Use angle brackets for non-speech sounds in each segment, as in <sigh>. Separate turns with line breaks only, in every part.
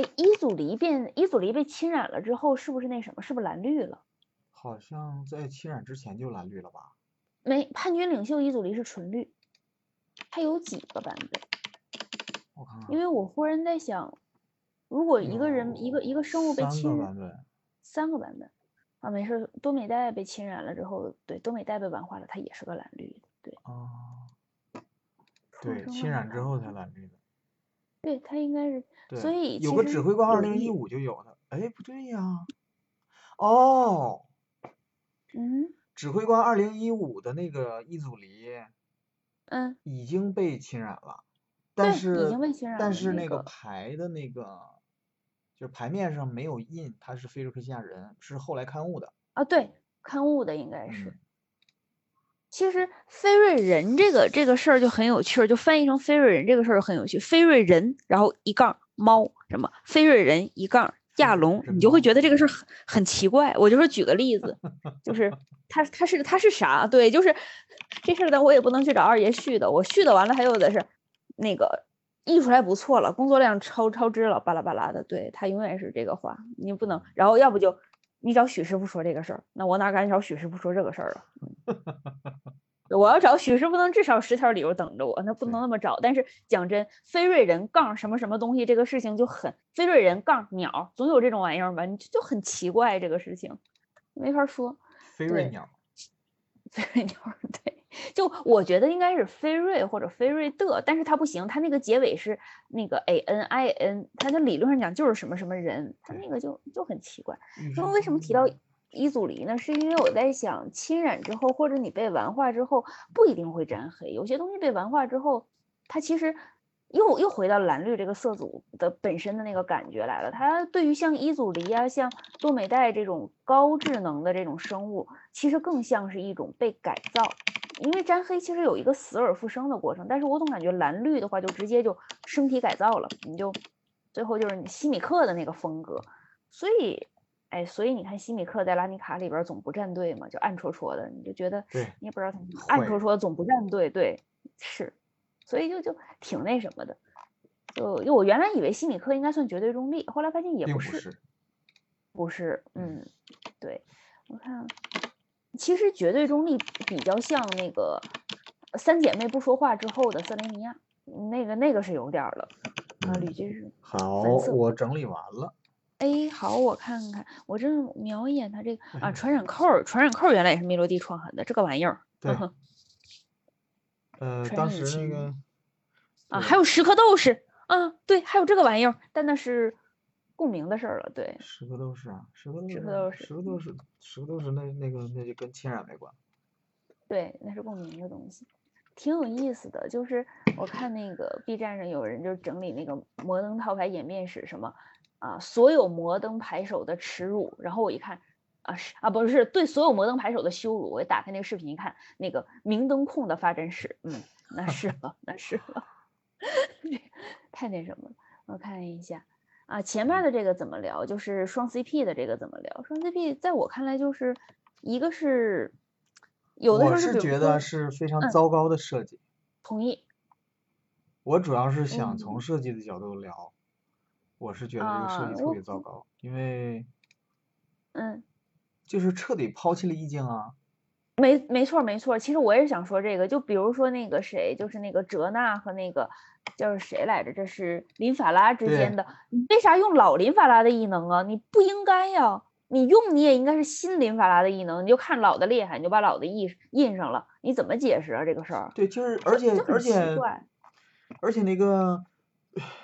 诶，伊祖梨变伊祖梨被侵染了之后，是不是那什么？是不是蓝绿了？
好像在侵染之前就蓝绿了吧？
没，叛军领袖伊祖梨是纯绿，它有几个版本？
我看
因
看，
为我忽然在想，如果一个人一个一
有
个生物被
三个
侵染，
版本。
三个版本啊，没事儿，多美黛被侵染了之后，对，多美黛被玩化了，它也是个蓝绿的，对，
啊，
出
对，
生
侵
外
染之
蓝
后才
绿，
蓝绿的。
对，它应该是，所
对，
以
有
其
个指
实
挥官二
有
零一
一，
五就有的。哎，不对呀。哦，
嗯
指挥官二零一五的那个伊祖梨
嗯，
已经被侵染了，但
对，已经
是
被侵染
但
了
是
那
那个
个，
牌的那个就是牌面上没有印他是菲利克西亚人，是后来刊物的。
啊，对，刊物的应该是。
嗯，
其实“菲瑞人”这个这个事儿就很有趣儿，就翻译成“菲瑞人”这个事儿很有趣。“菲瑞人”，然后一杠猫什么“菲瑞人”一杠
菲
亚
瑞
龙，
人
你就会
猫。
觉得这个事儿很很奇怪。我就说举个例子，就是它它是它是啥？对，就是这事儿呢，我也不能去找二爷絮叨，我絮叨完了还有的是那个艺术还不错了，工作量超超支了，巴拉巴拉的。对他永远是这个话，你不能，
嗯，
然后要不就你找许师傅说这个事儿，那我哪敢找许师傅说这个事儿啊？我要找许师傅，能至少十条理由等着我，那不能
对，
那么找。但是讲真，飞瑞人杠什么什么东西这个事情就很飞瑞人杠鸟，总有这种玩意儿吧？你就就很奇怪这个事情，没法儿说。 <laughs>
菲瑞
对，
鸟。
飞瑞鸟儿，对，就我觉得应该是飞瑞或者飞瑞的，但是它不行，它那个结尾是那个 a n i n，它的理论上讲就是什么什么人，它
对，
那个就就很奇怪。
宇
那
宙
么为什么
中
提到
的
伊祖梨呢？是因为我在想，侵染之后或者你被玩化之后，不一定会沾黑，有些东西被玩化之后，它其实又又回到蓝绿这个色组的本身的那个感觉来了。它对于像伊祖梨啊、像多美黛这种高智能的这种生物，其实更像是一种被改造。因为沾黑其实有一个死而复生的过程，但是我总感觉蓝绿的话就直接就升体改造了，你就最后就是你希米克的那个风格，所以哎，所以你看，希米克在拉尼卡里边儿总不站队嘛，就暗戳戳的，你就觉得
对
你也不知道他们暗戳
会
戳总不站队，对，是，所以就就挺那什么的。就就我原来以为希米克应该算绝对中立，后来发现也不
并不
是，
是。
不是，
嗯，
嗯，对，我看，其实绝对中立比较像那个呃三姐妹不说话之后的瑟雷尼亚，嗯那个那个是有点儿了啊，
嗯，
吕军是
好，
粉色。
我整理完了。
哎，好，我看看，我正瞄一眼它这个
哎
啊，
呦，
传染扣儿，传染扣儿原来也是梅洛蒂创痕的这个玩意儿，嗯
对，
哼，
呃，
传
当
染
时那
禽
个，
啊，还
对，
有石刻斗士啊，对，还有这个玩意儿，但那是共鸣的事儿了，对，
十个都是啊，十个都
石
是，
刻斗士，
十个都是，十个都是那那个那就跟侵染没关。
对，那是共鸣的东西，挺有意思的。就是我看那个 B 站上有人就是整理那个摩登套牌演变史，什么啊，所有摩登牌手的耻辱。然后我一看，啊是啊，不是对所有摩登牌手的羞辱。我一打开那个视频一看，那个明灯控的发展史，嗯，那是了，那是了， <laughs> 太那什么了。我看一下啊，前面
嗯，
的这个怎么聊？就是双 CP 的这个怎么聊？双 CP 在我看来就是一个是有的时
我
候就比
是
如
觉
说。
得是非常
嗯，
糟糕的设计。
同意。
我主要是想从
嗯
设计的角度聊，我是觉得这个设
啊，
计特
我
别糟糕，因为
嗯，
就是彻底抛弃了意境啊。
没没错儿没错儿。其实我也是想说这个，就比如说那个谁，就是那个哲纳和那个叫谁来着？这是林法拉之间
对，
的，你为啥用老林法拉的异能啊？你不应该呀。你用你也应该是新林法拉的异能，你就看老的厉害，你就把老的印印上了，你怎么解释啊这个事儿？
对，就是而
就
且
就很
而
奇
且
怪。
而且那个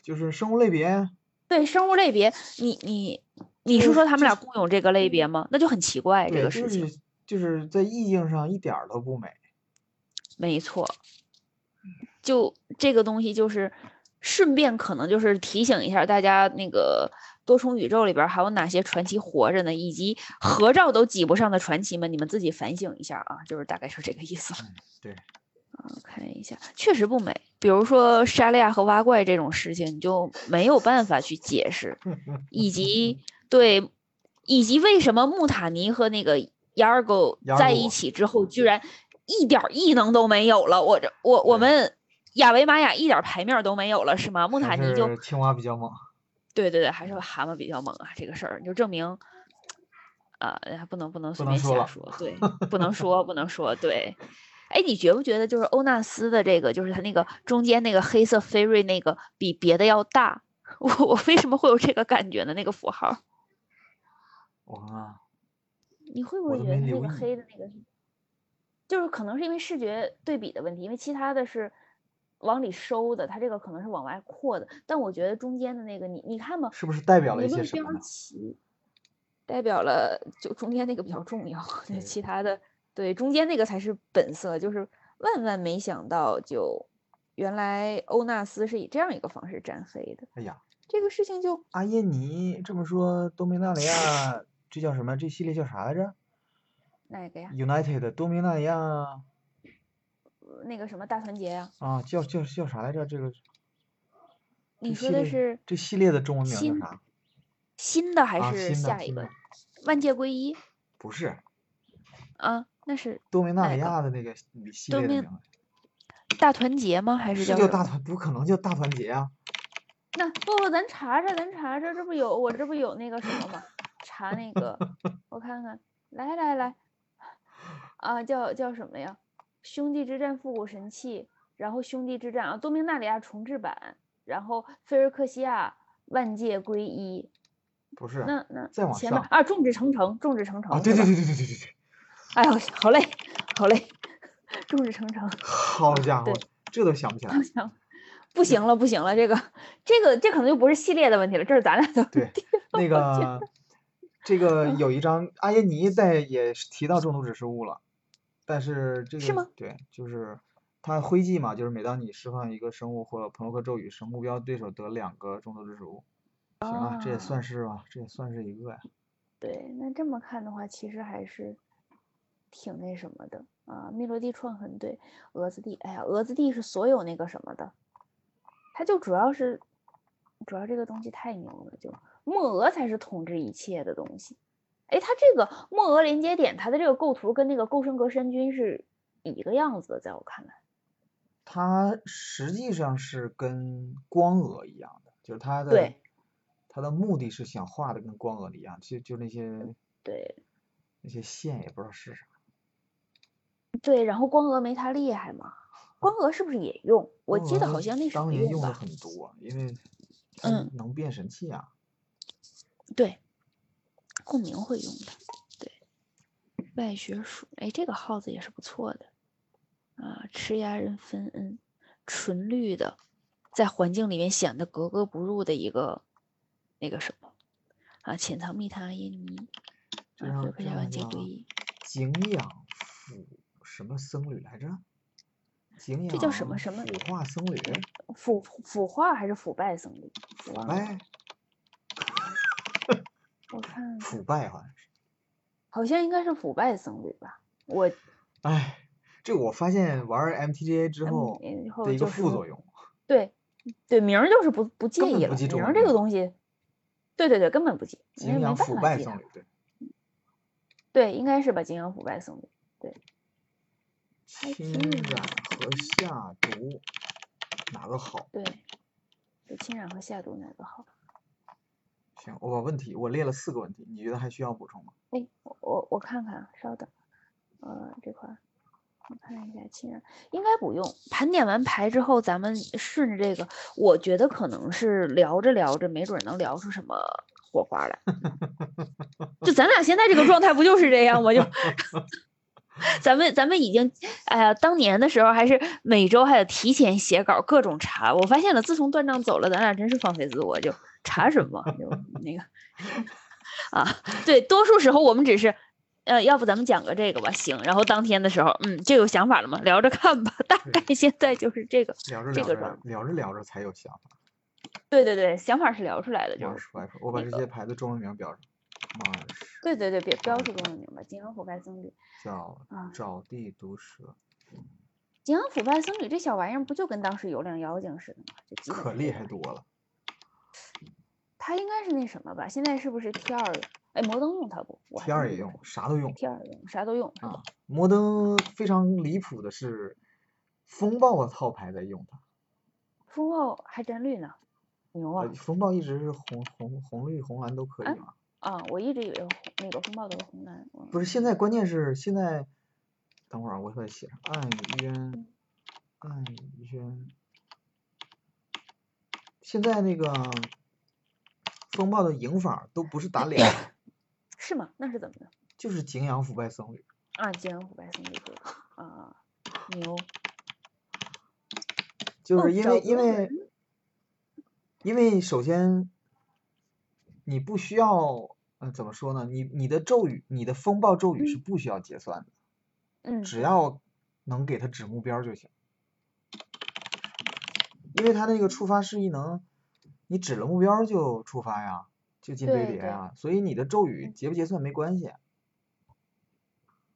就是生物类别，
对生物类别，你你你
就是
说
是
他们
就
俩
是。
共有这个类别吗？那就很奇怪这
对，
个
就
事情。
是就是在意境上一点儿都不美。
没错，就这个东西，就是顺便可能就是提醒一下大家，那个多重宇宙里边儿还有哪些传奇活着呢，以及合照都挤不上的传奇们，你们自己反省一下啊，就是大概是这个意思了。
嗯，
<laughs>
对，
我看一下，确实不美。比如说沙利亚和蛙怪这种事情，你就没有办法去解
<laughs>
释，以及对，以及为什么穆塔尼和那个雅尔狗
雅尔
在一
果，
起之后，居然一点儿异能都没有了。我这我我
对，
们亚维玛雅一点儿牌面儿都没有了，是吗？穆
还
塔尼就是
青蛙比较猛。
对对对，还是蛤蟆比较猛啊，这个事儿就证明，呃，哎不能不能随
不能
便
说
瞎
了
说，
<laughs>
对，不能说不能说，对。哎，你觉不觉得就是欧纳斯的这个，就是它那个中间那个黑色飞瑞那个比别的要大？ <laughs> 我我为什么会有这个感觉呢？那个符号，
我看看，
你会不
我
会
都
觉得它那
没留
个
意
黑的那个是，就是可能是因为视觉对比的问题，因为其他的是往里收的，它这个可能是往外扩的。但我觉得中间的那个，你你看吧，
是不是代表了
理
一些
论
什么
标
呢？
旗代表了就中间那个比较重要，对
对
其他的对中间那个才是本色，就是万万没想到就原来欧纳斯是以这样一个方式沾黑的，
哎呀，
这个事情就
阿耶尼这么说，多明纳里亚这叫什么？这系列叫啥来着
那个呀，
？United 多明纳里亚
呃那个什么大团结呀、
啊，叫叫叫啥来着？这个
你
这
说
系
的
列
是
这系列的中文名叫
新
啥？
新的还
啊
是
新的
下一
新
个？
的
万界归一
不是
啊，那是
多明纳
哪
里
个
亚的那个系系
多
列的
明
名
大团结吗？还
字，
是
是
叫
叫
什
大
么
团，不可能叫大团结啊！
那不不，咱查查，咱查查，这不有我这不有那个什么吗？查那个，我看看，来来来，啊，叫叫什么呀？兄弟之战复古神器，然后兄弟之战啊，多明纳里亚重制版，然后菲尔克西亚万界归一。
不是，
那哦那
再往
前面
上
啊，众志成城，众志成城
啊，
是
对对
吧
对对对对对对，
哎呦，好嘞，好嘞， <laughs> 众志成城。
好家伙
对，
这都想不起来
不。行，不行了，不行了，这个 <laughs> 这个这可能就不是系列的问题了，这是咱俩的
对
问题。 <laughs>
<laughs> 那个这个
嗯
有一张阿耶尼在也是提到中毒指示物了，但是这个
是吗
对，就是它徽记嘛，就是每当你释放一个生物或朋友克咒语时，目标对手得两个中毒指示物。行了，这也
啊
算是吧，这也算是一个呀。
对，那这么看的话，其实还是挺那什么的啊。密罗地创很对，蛾子地，哎呀，蛾子地是所有那个什么的，它就主要是，主要这个东西太牛了，就墨俄才是统治一切的东西。哎，它这个墨俄连接点，它的这个构图跟那个构生阁山军是一个样子的，在我看来，
它实际上是跟光蛾一样的，就是它的
对
它的目的是想画的跟光蛾一样，就就那些
对
那些线也不知道是啥。
对，然后光俄没它厉害嘛，光俄是不是也用？我
光
记得
蛾
好像那时
当
候
年用的
吧，
很多，因为它
嗯
能变神器啊。
对，共鸣会用的，对，外学鼠，哎，这个耗子也是不错的，啊，吃鸭人分恩，纯绿的，在环境里面显得格格不入的一个那个什么，啊，潜藏密探阿耶尼，
这
啊，
让
菲尔克
这
夏
让
万杰
叫
归一，
景仰腐什么僧侣来着？景
这叫什么
仰
什么
腐化僧侣，
腐腐化还是腐败僧侣？我
腐
忘了，
败，
我看
腐败啊好像是。
好像应该是腐败僧侣吧，我
哎，这我发现玩儿 MTGA 之后
嗯，以后
的一个
就是
副作用，
对，对，名儿就是不不介
本
意
不
了，
记中
名
文
儿这个
名
东西，对对对，根本不记，你也
景
没
仰
办
腐
法
败
记它
僧。侣，对，
对，应该是把金阳腐败送给。还
侵
挺
染和下毒哪个好？
对，对，侵染和下毒哪个好？
行，我把问题我列了四个问题，你觉得还需要补充吗？
哎，我我我看看，啊，稍等，呃，这块儿我看一下侵染，应该不用。盘点完牌之后，咱们顺着这个，我觉得可能是聊着聊着，没准儿能聊出什么火花来。就咱俩现在这个状态不就是这样吗？就 <laughs> 咱们咱们已经，哎呀，当年的时候还是每周还得提前写稿，各种查。我发现了，自从断账走了，咱俩真是放飞自我，就查什么就那个啊，对，多数时候我们只是。呃，要不咱们讲个这个吧，行。然后当天的时候，嗯，这有想法了吗？聊着看吧。 <laughs> 大
对
概现在就是这个，
聊着
这
聊
个
着
状
聊着聊着才有想法。
对对对，想法是聊出来的，就
Marsh
是
Viper，我把
那
这
个
些牌的中文名标上。Marsh
对对对，别标出中文名吧，《金刚腐败僧侣》
叫
啊，
沼地毒蛇，
锦阳腐败僧侣这小玩意儿不就跟当时有两妖精似的吗？就基本
可
是
厉
这
害
样
多了。
它应该是那什么吧？现在是不是 T 二了？哎，摩登用它不？我还
T 二
真
也
不知
用，啥都用
，T 二用啥都用。
啊。摩登非常离谱的是，风暴的套牌在用它，
风暴还真绿呢，牛啊
呃，！风暴一直是红红红绿红蓝都可以
嗯
嘛？
啊，我一直以为红那个风暴都是红蓝，嗯
不是，现在关键是现在，等会儿我把它写上。暗渊，暗渊。现在那个风暴的赢法都不是打脸，
是吗？那是怎么的？
就是景仰腐败僧侣。
啊，金阳虎白僧侣歌啊，牛！
就
哦
是因
找
为因
不到
为因为首先你不需要，呃，怎么说呢？你你的咒语，你的风暴咒语是不需要结算的，
嗯，
只要能给他指目标儿就行。因为他那个触发示意能，你指了目标儿就触发呀，就进堆
对
叠
对
呀，所以你的咒语
嗯
结不结算没关系，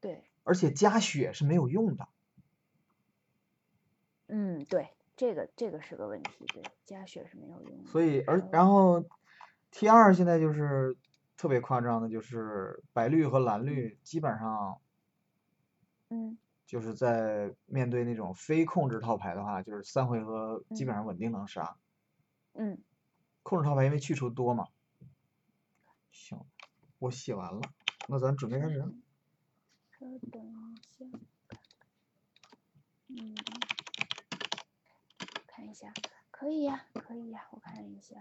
对，
而且加血是没有用的。
嗯对，这个这个是个问题，对，加血是没有用的。
所以而
嗯
然后 T 二现在就是特别夸张的，就是白绿和蓝绿基本上
嗯
就是在面对那种非控制套牌的话，就是三回合基本
嗯
上稳定能杀。
嗯，
控制套牌因为去除多嘛。行，我写完了，那咱准备开始啊。
嗯稍等一下，嗯，看一下，可以呀、可以呀、我看一下，